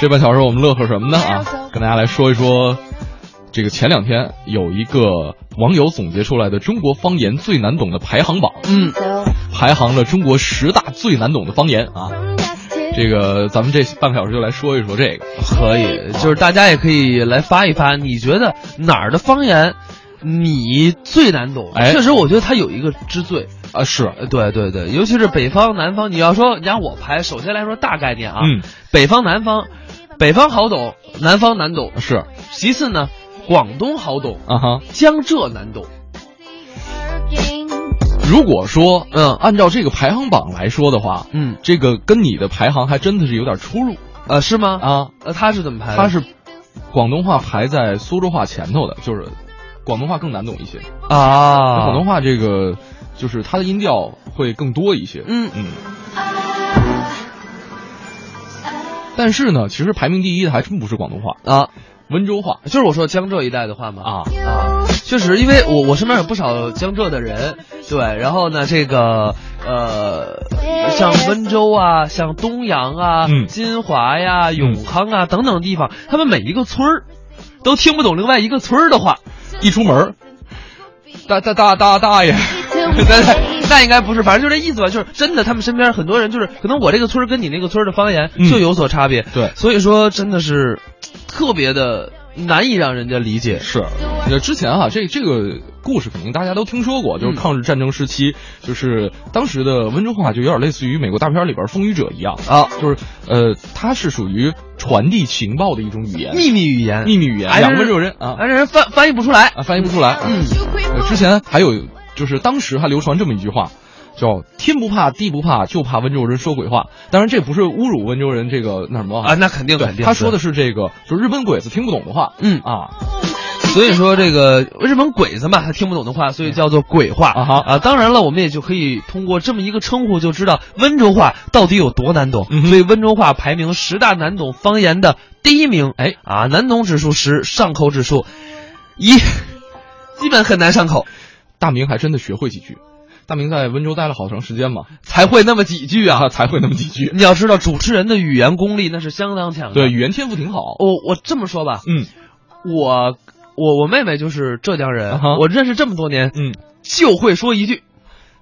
这半小时我们乐呵什么呢啊 Hello，？跟大家来说一说，这个前两天有一个网友总结出来的中国方言最难懂的排行榜，嗯，排行了中国十大最难懂的方言啊。这个咱们这半个小时就来说一说这个，可以，就是大家也可以来发一发，你觉得哪儿的方言你最难懂？哎确实，我觉得它有一个之最。啊是，呃，对对对，尤其是北方、南方，你要说你让我排，首先来说大概念啊，嗯北方、南方，北方好懂，南方难懂。是其次呢，广东好懂，啊哈。江浙难懂。如果说嗯按照这个排行榜来说的话，嗯，这个跟你的排行还真的是有点出入呃，是吗？，啊。呃，他是怎么排的？它是广东话排在苏州话前头的，就是广东话更难懂一些。啊，广东话这个就是它的音调会更多一些。嗯嗯。但是呢，其实排名第一的还真不是广东话，啊，温州话就是我说江浙一带的话嘛。啊。啊，确实，因为我我身边有不少江浙的人，对，然后呢，这个呃，像温州啊，像东阳啊，嗯金华呀、永康啊等等地方，他们每一个村儿都听不懂另外一个村儿的话。 一出门儿，大大大大大爷，那那那应该不是，反正就这意思吧。就是真的，他们身边很多人就是，可能我这个村儿跟你那个村儿的方言嗯就有所差别。对所以说真的是特别的难以让人家理解。是，呃，之前啊，这这个故事肯定大家都听说过，就是嗯抗日战争时期，就是当时的温州话就有点类似于美国大片里边《风雨者》一样，啊，就是呃，它是属于传递情报的一种语言，秘密语言，秘密语言，哎两温州人啊而让人翻翻译不出来。啊，翻译不出来。嗯呃之前还有就是当时还流传这么一句话。叫天不怕地不怕，就怕温州人说鬼话。当然，这不是侮辱温州人这个那什么啊，那肯定对肯定。他说的是，是这个，就是日本鬼子听不懂的话嗯，啊。所以说这个日本鬼子嘛，他听不懂的话，所以叫做鬼话啊哈嗯啊。当然了，我们也就可以通过这么一个称呼就知道温州话到底有多难懂。嗯哼所以温州话排名十大难懂方言的第一名，哎啊，难懂指数十，上口指数一，基本很难上口，大明还真的学会几句。大明在温州待了好长时间嘛，才会那么几句啊。啊，才会那么几 句。你要知道，主持人的语言功力那是相当强的。对，，语言天赋挺好。我我这么说吧，嗯我我我妹妹就是浙江人，啊哈我认识这么多年，嗯，就会说一句，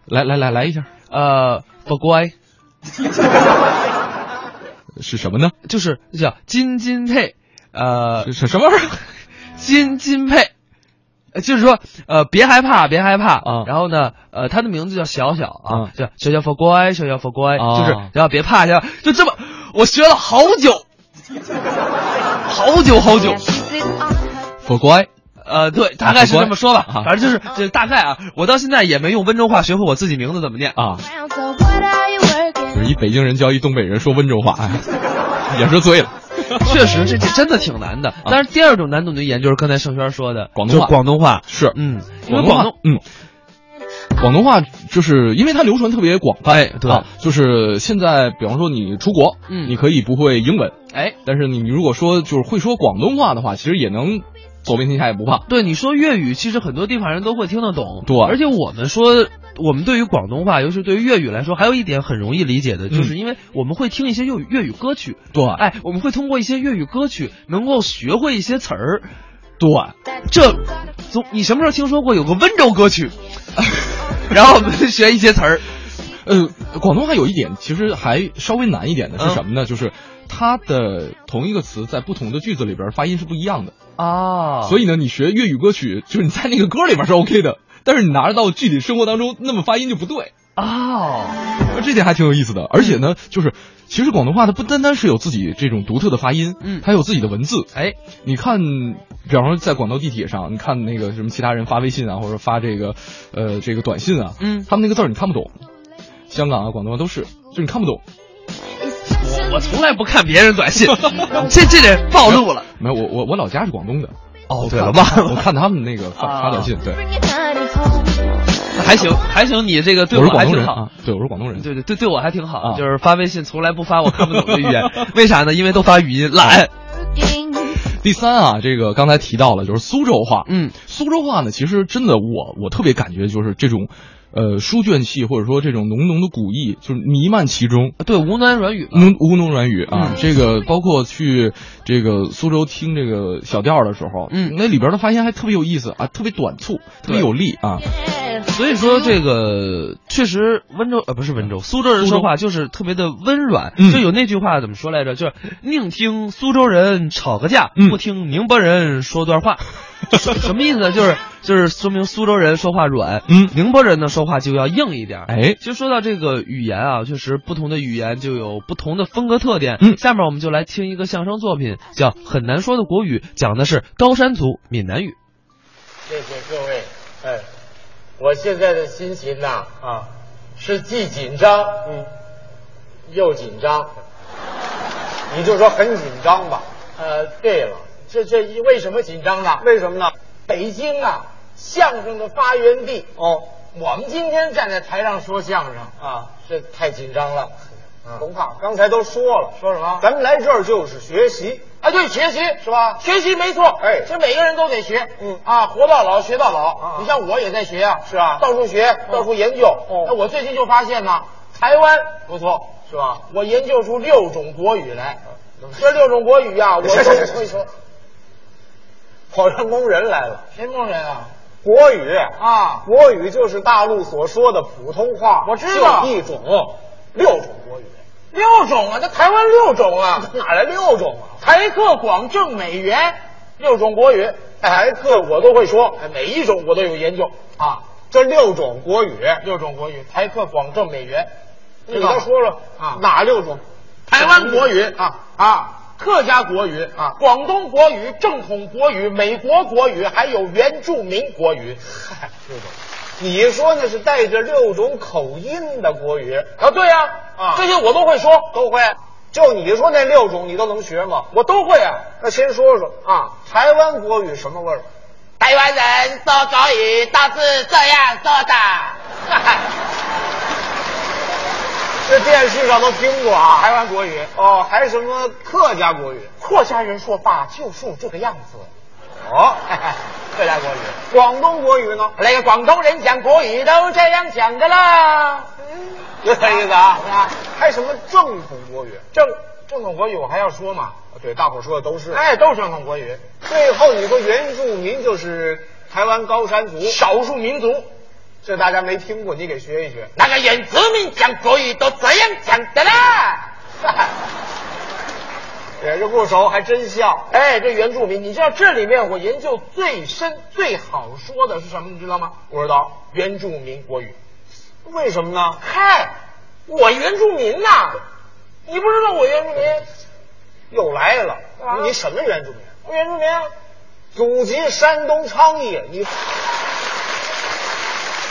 来来来来一下，呃，不乖，是什么呢？就是叫金金配，呃，是什么玩意儿？ 金金配，呃就是说，呃，别害怕，别害怕啊然后呢，呃，他的名字叫小小啊啊，叫小小佛乖，小小佛乖，啊就是然后别怕，小小就这么，我学了好久，好久好久。佛乖，呃，对，大概是这么说吧，啊反正就是这大概啊，我到现在也没用温州话学会我自己名字怎么念啊。啊，就是一北京人教一东北人说温州话，哎，也是醉了。 确实，这这真的挺难的。但是第二种难懂的语言就是刚才盛轩说的啊广东话就是广东话。是，嗯，因为广广东话，嗯。广东话就是因为它流传特别广泛，哎对啊，就是现在，比方说你出国，嗯你可以不会英文，哎，但是你如果说就是会说广东话的话，其实也能走遍天下也不怕。对你说粤语，其实很多地方人都会听得懂。对而且我们说，我们对于广东话，尤其是对于粤语来说，还有一点很容易理解的，嗯就是因为我们会听一些粤语粤语歌曲。对哎，我们会通过一些粤语歌曲，能够学会一些词儿。对，这，总你什么时候听说过有个温州歌曲？ 然后我们学一些词儿。呃，广东话有一点其实还稍微难一点的嗯是什么呢？就是它的同一个词在不同的句子里边发音是不一样的，啊所以呢，你学粤语歌曲，就是你在那个歌里边是 OK 的，但是你拿到具体生活当中，那么发音就不对。哦，这点还挺有意思的，而且呢，嗯就是其实广东话它不单单是有自己这种独特的发音，嗯它有自己的文字。哎，你看，比方说在广州地铁上，你看那个什么其他人发微信啊，或者发这个呃这个短信啊，嗯他们那个字儿你看不懂，香港啊、广东啊都是，就你看不懂。我我从来不看别人短信，这这得暴 露了。没有，我我我老家是广东的。哦我对看了忘了我看他们那个发啊发短信，对，还行还行，你这个对我是还广东挺人好。啊，对，我是广东人。对对对，对我还挺好，啊啊就是发微信从来不发我看不懂的语言，为啥呢？因为都发语音，懒。第三啊，这个刚才提到了就是苏州话，嗯，苏州话呢，其实真的我我特别感觉就是这种，呃，书卷气或者说这种浓浓的古意，就是弥漫其中。啊对，吴侬软语嘛，浓吴侬软语啊，嗯这个包括去这个苏州听这个小调的时候，嗯那里边的发现还特别有意思啊，特别短促，特别有力啊。所以说这个确实温州呃不是温州，苏州人说话就是特别的温软，嗯就有那句话怎么说来着？就是宁听苏州人吵个架，嗯不听宁波人说段 话。什什么意思呢？就是就是说明苏州人说话软，嗯宁波人呢说话就要硬一点。哎，其实说到这个语言啊，确实不同的语言就有不同的风格特点。嗯下面我们就来听一个相声作品，叫《很难说的国语》，讲的是高山族闽南语。谢谢各位。哎，我现在的心情呐、啊，是既紧张，嗯，又紧张。你就说很紧张吧。呃，对了，这这一为什么紧张呢？为什么呢？北京啊，相声的发源地哦。我们今天站在台上说相声啊，这太紧张了。甭怕，刚才都说了，嗯说什么？咱们来这儿就是学习啊，对，学习是吧？学习没错，哎，这每个人都得学，嗯啊，活到老学到老。你像我也在学啊，是啊，到处学，到处研究。哦，那我最近就发现呢，台湾不错，是吧？嗯我研究出六种国语来，这六种国语啊， 我都会说。跑上工人来了，谁工人啊？国语啊，国语就是大陆所说的普通话，我知道一种，六种国语。六种啊，那台湾六种啊，哪来六种啊？台客广正美元六种国语，台客我都会说，哎每一种我都有研究啊。这六种国语，六种国语，台客广正美元，你倒说了啊，哪六种？台湾国语啊啊，客家国语啊，广东国语、正统国语、美国国语，还有原住民国语。嗨，六种。你说那是带着六种口音的国语啊？对呀、啊，这些我都会说，都会。就你说那六种，你都能学吗？我都会啊。那先说说啊，台湾国语什么味儿？台湾人说国语都是这样说的。 这电视上都听过啊，台湾国语哦，还有什么客家国语？客家人说话就是这个样子。哦，客家国语，广东国语呢？那个广东人讲国语都这样讲的啦，有点意思啊。还有什么正统国语？正正统国语我还要说嘛？对，大伙说的都是，哎，都是正统国语。最后你说原住民就是台湾高山族，少数民族。这大家没听过，你给学一学。那个原住民讲国语都这样讲的啦。也是不熟，还真像。哎，这原住民，你知道这里面我研究最深、最好说的是什么？你知道吗？不知道。原住民国语，为什么呢？嗨，我原住民呐，你不知道我原住民？又来了，你什么原住民？啊我原住民，祖籍山东昌邑。你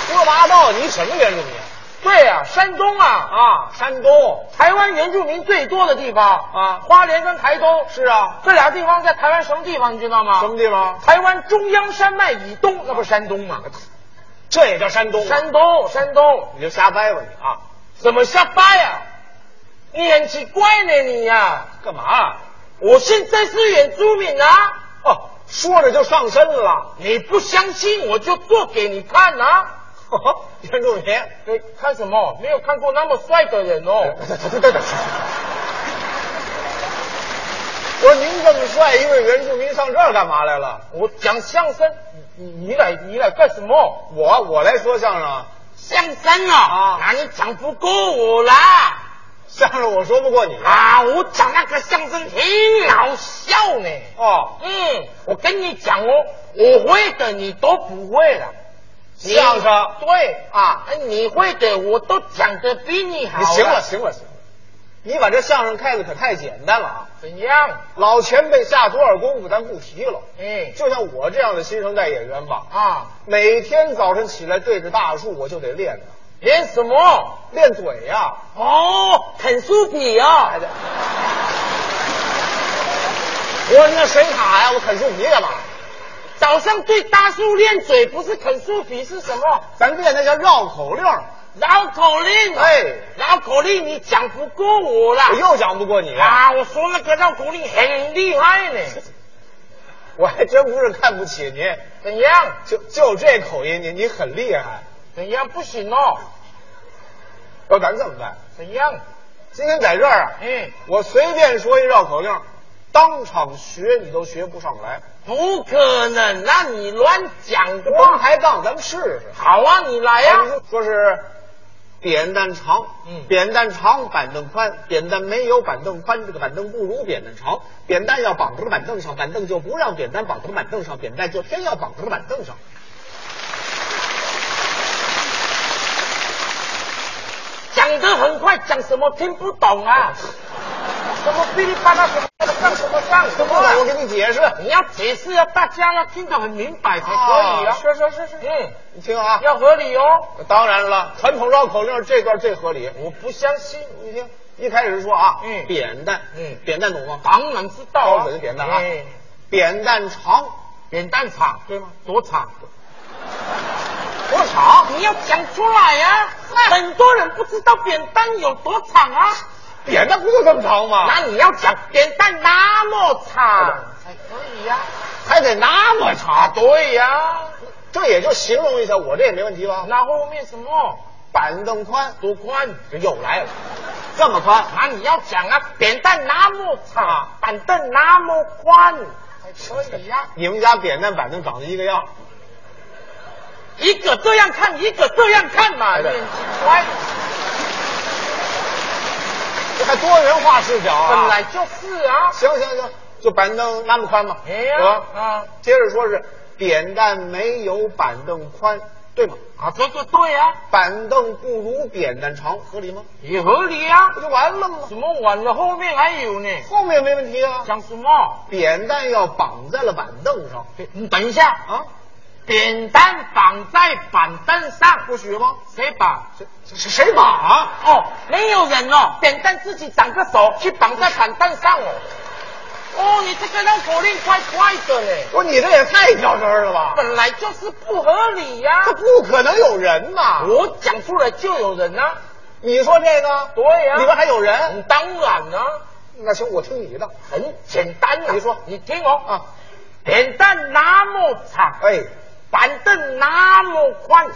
胡说八道！你什么原住民？啊对呀、山东啊啊，山东，台湾原住民最多的地方啊，花莲跟台东是啊，这俩地方在台湾什么地方你知道吗？什么地方？台湾中央山脉以东，那不是山东吗？这也叫山东、山东，山东，你就瞎掰吧你啊！怎么瞎掰呀、你很奇怪呢，你呀、干嘛？我现在是原住民啊！哦，说着就上身了。你不相信，我就做给你看啊！ 原住民，你看什么？没有看过那么帅的人哦。 我说您这么帅，一位原住民上这儿干嘛来了？我讲相声，你你来你来干什么？我我来说相声，相声啊，那你讲不过我啦。相声我说不过你啊，我讲那个相声挺好笑呢。哦，嗯，我跟你讲哦，我会的你都不会了。相声对啊，哎你会的我都讲的比你好。你行了，，行了，行了，你把这相声开的可太简单了啊！怎样？老前辈下多少功夫，咱不提了。哎，就像我这样的新生代演员吧，啊，每天早晨起来对着大树，我就得练练，演什么？练嘴呀、哦，啃酥皮啊！我说你那神卡呀，我啃树皮干嘛？早上对大树练嘴，不是啃树皮是什么？咱练那叫绕口令，绕口令。啊哎，哎绕口令你讲不过我啦。啊我又讲不过你。啊，我说那个绕口令很厉害呢。 我还真不是看不起您，怎样？就就这口音，您您很厉害。怎样？不许闹！要咱这么办？怎样？今天在这儿啊，嗯，我随便说一绕口令，当场学你都学不上来。不可能，那你乱讲这甭话。抬杠，咱们试试。好啊，你来呀、啊说是扁担长，嗯扁担长，板凳宽，扁担没有板凳宽，这个板凳不如扁担长，扁担要绑着板凳上，板凳就不让扁担绑着板凳上，扁担就偏要绑着板凳上。讲得很快，讲什么听不懂啊？什么噼里啪啦什么的，上什么上什不么啊哎懂，我给你解释，你要解释啊，大家要听得很明白才可以啊。是是是是，嗯，你听啊，要合理哦。当然了，传统绕口令这段最合理。我不相信，你听，一开始说啊，嗯扁担，嗯扁担懂吗？当然知道高啊，嘴的扁担啊哎，扁担长，扁担厂对吗？多厂，多长？你要讲出来呀、很多人不知道扁担有多长啊，扁担不就这么长吗？那你要讲扁担那么长才可以呀、还得那么长？对呀、这也就形容一下，我这也没问题吧？那后面什么板凳宽，多宽？又来了，这么宽，那你要讲啊，扁担那么长，板凳那么宽，才哎可以啊呀、你们家扁担板凳长得一个样，一个这样看，一个这样看嘛，哎眼对睛歪，这还多元化视角啊！本来就是啊。行行行，就板凳那么宽吧，哎呀得吧啊，接着说是扁担没有板凳宽，对吗？啊，这个对啊，板凳不如扁担长，合理吗？也合理啊不。就完了吗什？么晚了，后面还有呢？后面没问题啊。讲什么？扁担要绑在了板凳上你嗯等一下，啊，扁担绑在板凳上，不许吗？谁绑？谁谁谁绑啊？哦，没有人哦，扁担自己长个手去绑在板凳上哦。哦，你这个绕口令怪怪的嘞，不是你这也太较真儿了吧？本来就是不合理呀、这不可能有人呐！我讲出来就有人啊。你说这个对呀里边还有人？嗯当然啦、那行，我听你的。很简单啊。你说你听哦啊，扁担那么长，哎，板凳那么宽，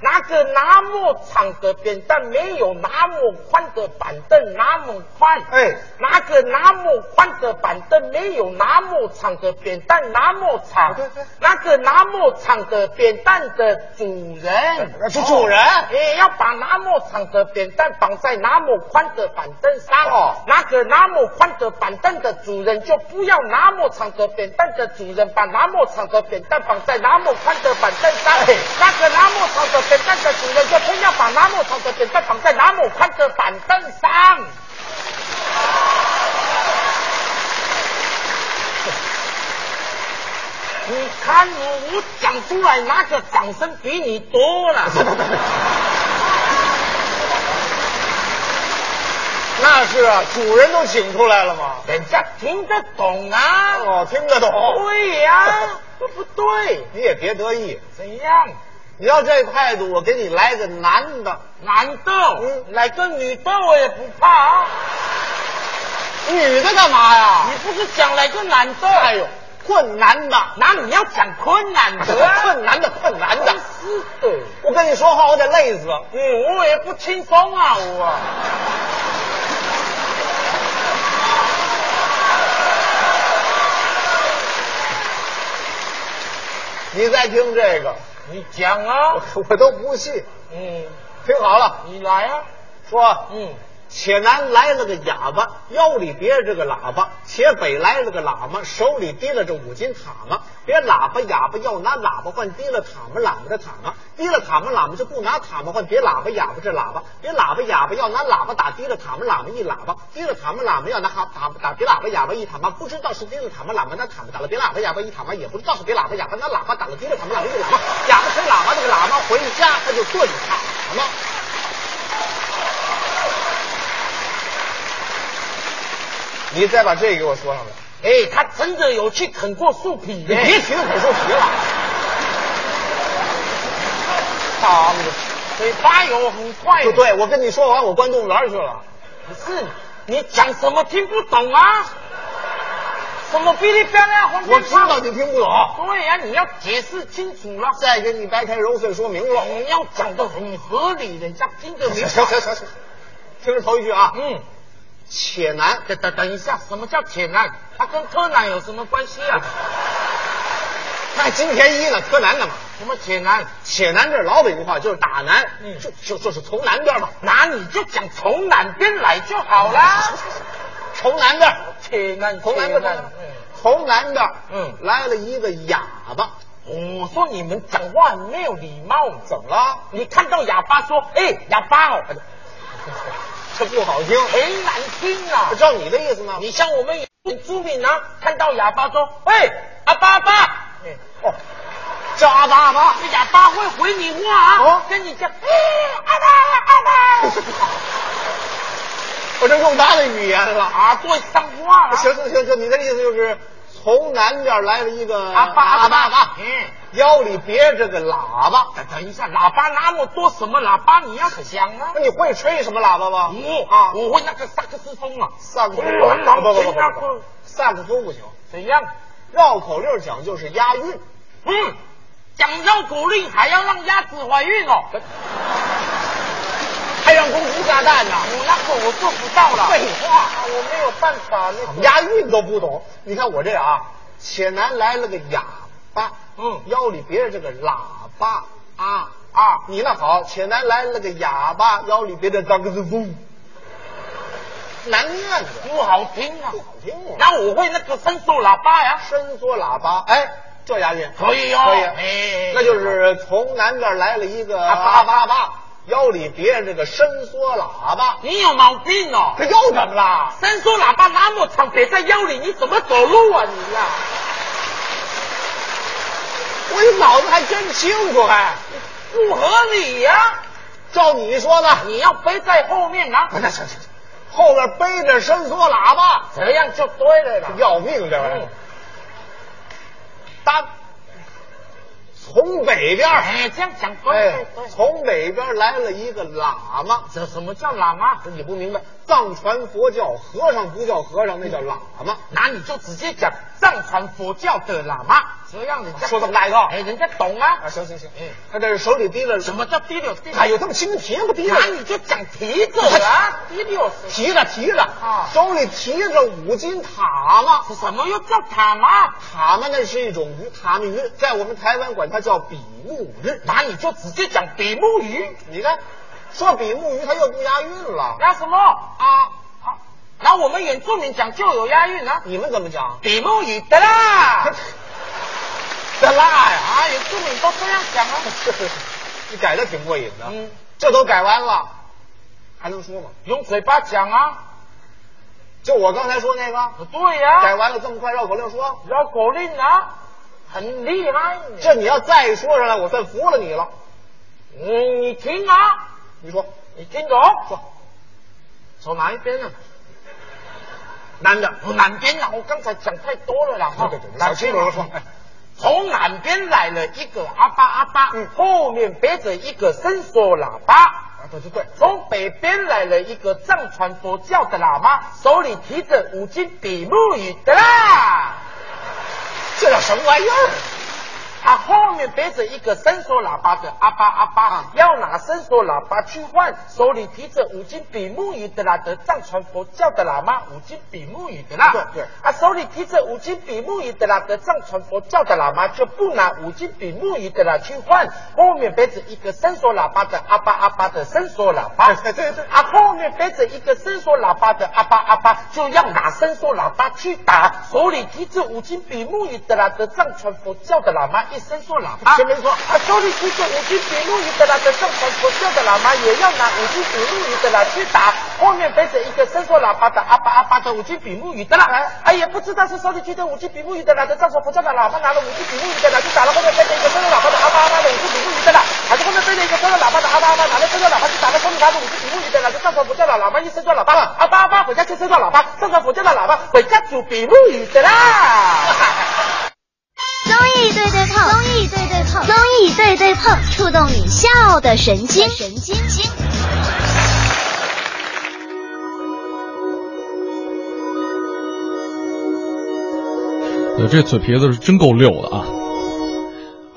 那个那么长的扁担没有那么宽的板凳那么宽。哎那个那么宽的板凳没有那么长的扁担那么长。对对那个那么长的扁担的主人呃，是主人也要把那么长的扁担绑在那么宽的板凳上。哦那个那么宽的板凳的主人就不要那么长的扁担的主人把那么长的扁担绑在那么宽的板凳上，哎那个那么长的扁担的主人就偏要把那么长的扁担绑在那么宽的板凳上。你看我，我讲出来那个掌声比你多了。 那是啊，主人都请出来了吗？人家听得懂啊。哦，听得懂。对呀、对 不对？你也别得意，怎样？你要这态度，我给你来个男的，男的，嗯来个女的我也不怕啊。女的干嘛呀？你不是讲来个男的？哎呦，，困难的，那你要讲困难的啊， 困难的，困难的。是的。我跟你说话，我得累死。嗯，我也不轻松啊，我。你再听这个，你讲啊， 我都不信。嗯，听好了，你来啊，说，嗯，且南来了个哑巴，腰里别着个喇叭；且北来了个喇嘛，手里提了这五斤塔嘛。别喇叭哑巴要拿喇叭换，提了塔嘛喇嘛的塔嘛，啊提了塔嘛喇嘛就不拿塔嘛换。别喇叭哑巴这喇叭，别喇叭哑巴要拿喇叭打提了塔嘛喇嘛一喇叭，提了塔嘛喇嘛要拿哈打打别喇叭哑巴一塔嘛，不知道是提了塔嘛喇嘛那塔嘛打了别喇叭哑巴一塔嘛，也不知道是别喇叭哑巴拿喇叭打了提了塔嘛喇嘛一喇叭，哎哑巴吹喇叭那个喇嘛回家他就炖塔嘛。你再把这个给我说上来。哎，他真的有去啃过树皮你耶。别提了，可树皮了。好，嘴巴有很快。不，对，我跟你说完，我关动物园去了。不是，你讲什么听不懂啊？怎么哔哩哔啦混我知道你听不懂。对呀、你要解释清楚了，再给你掰开揉碎说明了。你要讲的很合理的，要听得明行行行白。行行，听着头一句啊，嗯，且难，等等等一下，什么叫铁男？他跟柯南有什么关系啊？那金田一呢，柯南干嘛？什么铁男？且难这老北京话就是打南，嗯就就就是从南边嘛，那你就讲从哪边来就好啦。从南边，铁男，从南边，铁男从南边，嗯来了一个哑巴，嗯我说你们讲话很没有礼貌，怎么了？你看到哑巴说，哎，哑巴哦，这不好听。很哎难听啊。照你的意思呢？你像我们朱敏啊，看到哑巴说，喂，阿巴阿巴，哎哦，叫阿巴阿巴，这哑巴会回你话啊，哦跟你讲，哎，阿巴阿巴， 我这用他的语言了啊。啊，对上话了，行行行，就你的意思就是从南边来了一个阿巴阿巴阿巴阿巴，嗯，腰里别着个喇叭，等等一下，喇叭那么多，什么喇叭你要想啊那？你会吹什么喇叭吗？哦啊我会那个萨克斯风啊，萨克斯，我很好不不不听啊不不，萨克斯不行，怎样？绕口令讲究是押韵。嗯，讲绕口令还要让鸭子怀孕哦，还让公鸡下蛋呢？我那个我做不到了。废话，我没有办法那个。押韵都不懂。你看我这啊，且南来了个哑巴，嗯腰里别着这个喇叭啊啊。你那好，且南来了个哑巴，腰里别着当个子风，难念的，不好听啊不！好听啊。那我会那个伸缩喇叭呀，伸缩喇叭，哎，这押韵可以哦可以哎，那就是从南边来了一个啊叭叭哎叭叭，腰里别着这个伸缩喇叭，你有毛病哦！这又怎么了？伸缩喇叭那么长，别在腰里，你怎么走路啊你呀、我这脑子还真清楚哎，啊不合理呀、照你说的，你要背在后面啊，那行行行，后边背着伸缩喇叭，这样就对了啦。要命这玩意儿啊嗯！搭从北边，哎，这样讲对哎对对。，从北边来了一个喇嘛，这什么叫喇嘛？你不明白，藏传佛教和尚不叫和尚，那叫喇嘛。那你就直接讲藏传佛教的喇嘛，这样人家说这么大一套哎，人家懂啊啊，。行行行，嗯，他这手里提着什么？叫第六？第六哎呦，这么轻提不提着那？你就讲提着啊，第六是提着提着啊手里提着五斤塔嘛，什么又叫塔嘛？塔嘛那是一种鱼，塔嘛鱼，在我们台湾管它叫比目鱼。那你就直接讲比目鱼，你看，说比目鱼它又不押韵了。那什么啊啊？那我们原住民讲就有押韵啊，你们怎么讲？比目鱼的啦，的辣呀！啊，原住民都这样讲 啊。是是是，你改的挺过瘾的。嗯，这都改完了，还能说吗？用嘴巴讲啊，就我刚才说那个，不对呀、改完了这么快绕口令说，绕口令啊，很厉害。这你要再说上来，我算服了你了。嗯，你听啊，你说，你听懂？走哪一边呢、男的，我南边啊，我刚才讲太多了啦。对对对，小心点说。哎从南边来了一个阿巴阿巴，嗯后面背着一个伸缩喇叭。啊，对对对，从北边来了一个藏传佛教的喇嘛，手里提着五斤比目鱼的啦。这叫什么玩意儿？啊，后面背着一个伸缩喇叭的阿巴阿巴，啊要拿伸缩喇叭去换，手里提着五斤比目鱼的啦的藏传佛教的喇嘛，五斤比目鱼的啦。对对啊，手里提着五斤比目鱼的啦的藏传佛教的喇嘛就不拿五斤比目鱼的啦去换，后面背着一个伸缩喇叭的阿巴阿巴的伸缩喇叭。对对对啊，后面背着一个伸缩喇叭的阿巴阿巴，就要拿伸缩喇叭去打，手里提着五斤比目鱼的啦的藏传佛教的喇嘛一伸缩喇叭，真没错啊，手里提着五斤比目鱼的啦的藏传佛教的喇嘛也要拿五斤比目鱼的啦去打，后面背着一个伸缩喇叭的阿巴阿巴的五斤比目鱼的啦，哎也不知道是手里提着五斤比目鱼的啦的藏传佛教的喇嘛拿了五斤比目鱼的啦去打了，后面背着一个伸缩喇叭的阿巴阿巴的五斤比目鱼的啦，还是后面背着一个伸缩喇叭的阿巴阿巴拿了伸缩喇叭去打了，后面拿着五斤比目鱼的啦就上传佛教的喇嘛一伸缩喇叭，阿巴阿巴回家就伸缩喇叭，上传佛教的喇嘛回家就比目鱼的啦。 综艺对对碰，综艺对对碰，综艺对对碰，触动你笑的神经，神经经。对，呃这嘴皮子是真够溜的啊！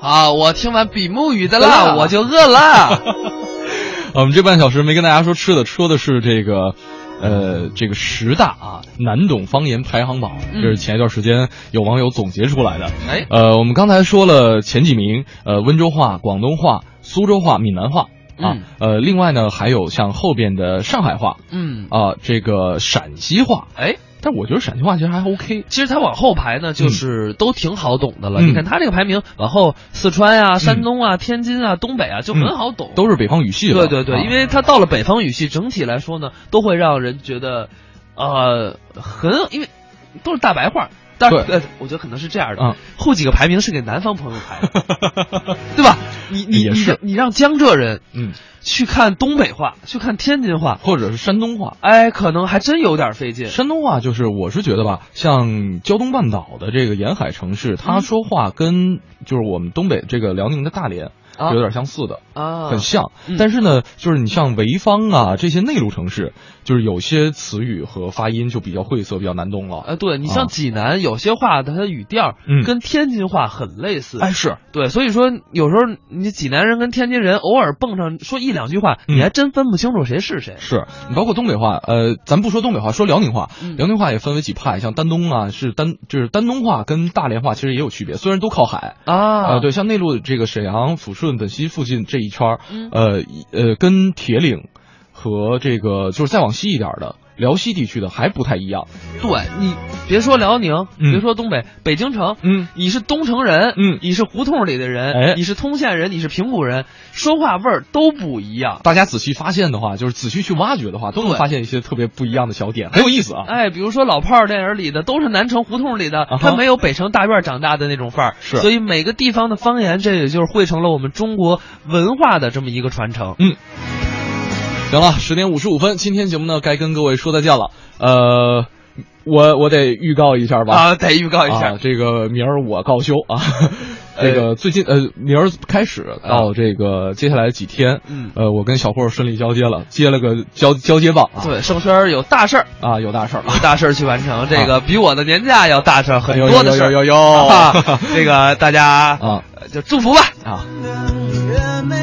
啊，我听完比目鱼的啊啦，我就饿了。 啊我们这半小时没跟大家说吃的，说的是这个，呃，这个十大啊难懂方言排行榜，嗯这是前一段时间有网友总结出来的。哎呃，我们刚才说了前几名，呃，温州话、广东话、苏州话、闽南话啊嗯，呃，另外呢还有像后边的上海话嗯，啊，这个陕西话，哎，但我觉得陕西话其实还 OK。其实它往后排呢，嗯就是都挺好懂的了。嗯你看它这个排名，往后四川嗯啊、山东啊、天津啊、东北啊，就很好懂。都是北方语系对了，对对，啊因为它到了北方语系，整体来说呢，都会让人觉得，呃，很因为都是大白话。但是，对呃，我觉得可能是这样的，嗯后几个排名是给南方朋友排 的，对吧？你你也你是你让江浙人嗯，去看东北话，去看天津话，或者是山东话。哎，可能还真有点费劲。山东话就是，我是觉得吧，像胶东半岛的这个沿海城市，他嗯说话跟就是我们东北这个辽宁的大连啊是有点相似的，啊，很像嗯。但是呢，就是你像潍坊啊这些内陆城市，就是有些词语和发音就比较晦涩，比较难懂了。呃，对你啊像济南有些话，它的语调嗯跟天津话很类似，哎，是对，所以说有时候你济南人跟天津人偶尔蹦上说一两句话，嗯你还真分不清楚谁是谁。是，你包括东北话，呃，咱不说东北话，说辽宁话，嗯辽宁话也分为几派，像丹东啊，是丹就是丹东话跟大连话其实也有区别，虽然都靠海，啊呃，对，像内陆这个沈阳、抚顺、本溪附近这一圈儿嗯，呃一呃，跟铁岭和这个就是再往西一点儿的辽西地区的还不太一样。对你别说辽宁，嗯别说东北，北京城，嗯，你是东城人，嗯你是胡同里的人，哎你是通县人，你是平谷人，说话味儿都不一样。大家仔细发现的话，就是仔细去挖掘的话，都能对发现一些特别不一样的小点，很有意思啊。哎，比如说老炮儿电影里的都是南城胡同里的，啊哈他没有北城大院长大的那种范儿，是所以每个地方的方言，这也就是汇成了我们中国文化的这么一个传承。嗯行了，十点五十五分，今天节目呢该跟各位说再见了。呃，我我得预告一下吧。啊，得预告一下，啊，这个明儿我告休 啊。这个最近呃，明儿开始到这个接下来几天，嗯呃，我跟小霍顺利交接了，接了个交交接棒啊，对，盛轩儿有大事儿，啊，有大事儿了有，大事儿去完 成，这个比我的年假要大事儿很有多的事儿。有有有有啊这个大家 啊呃就祝福吧。啊。让人美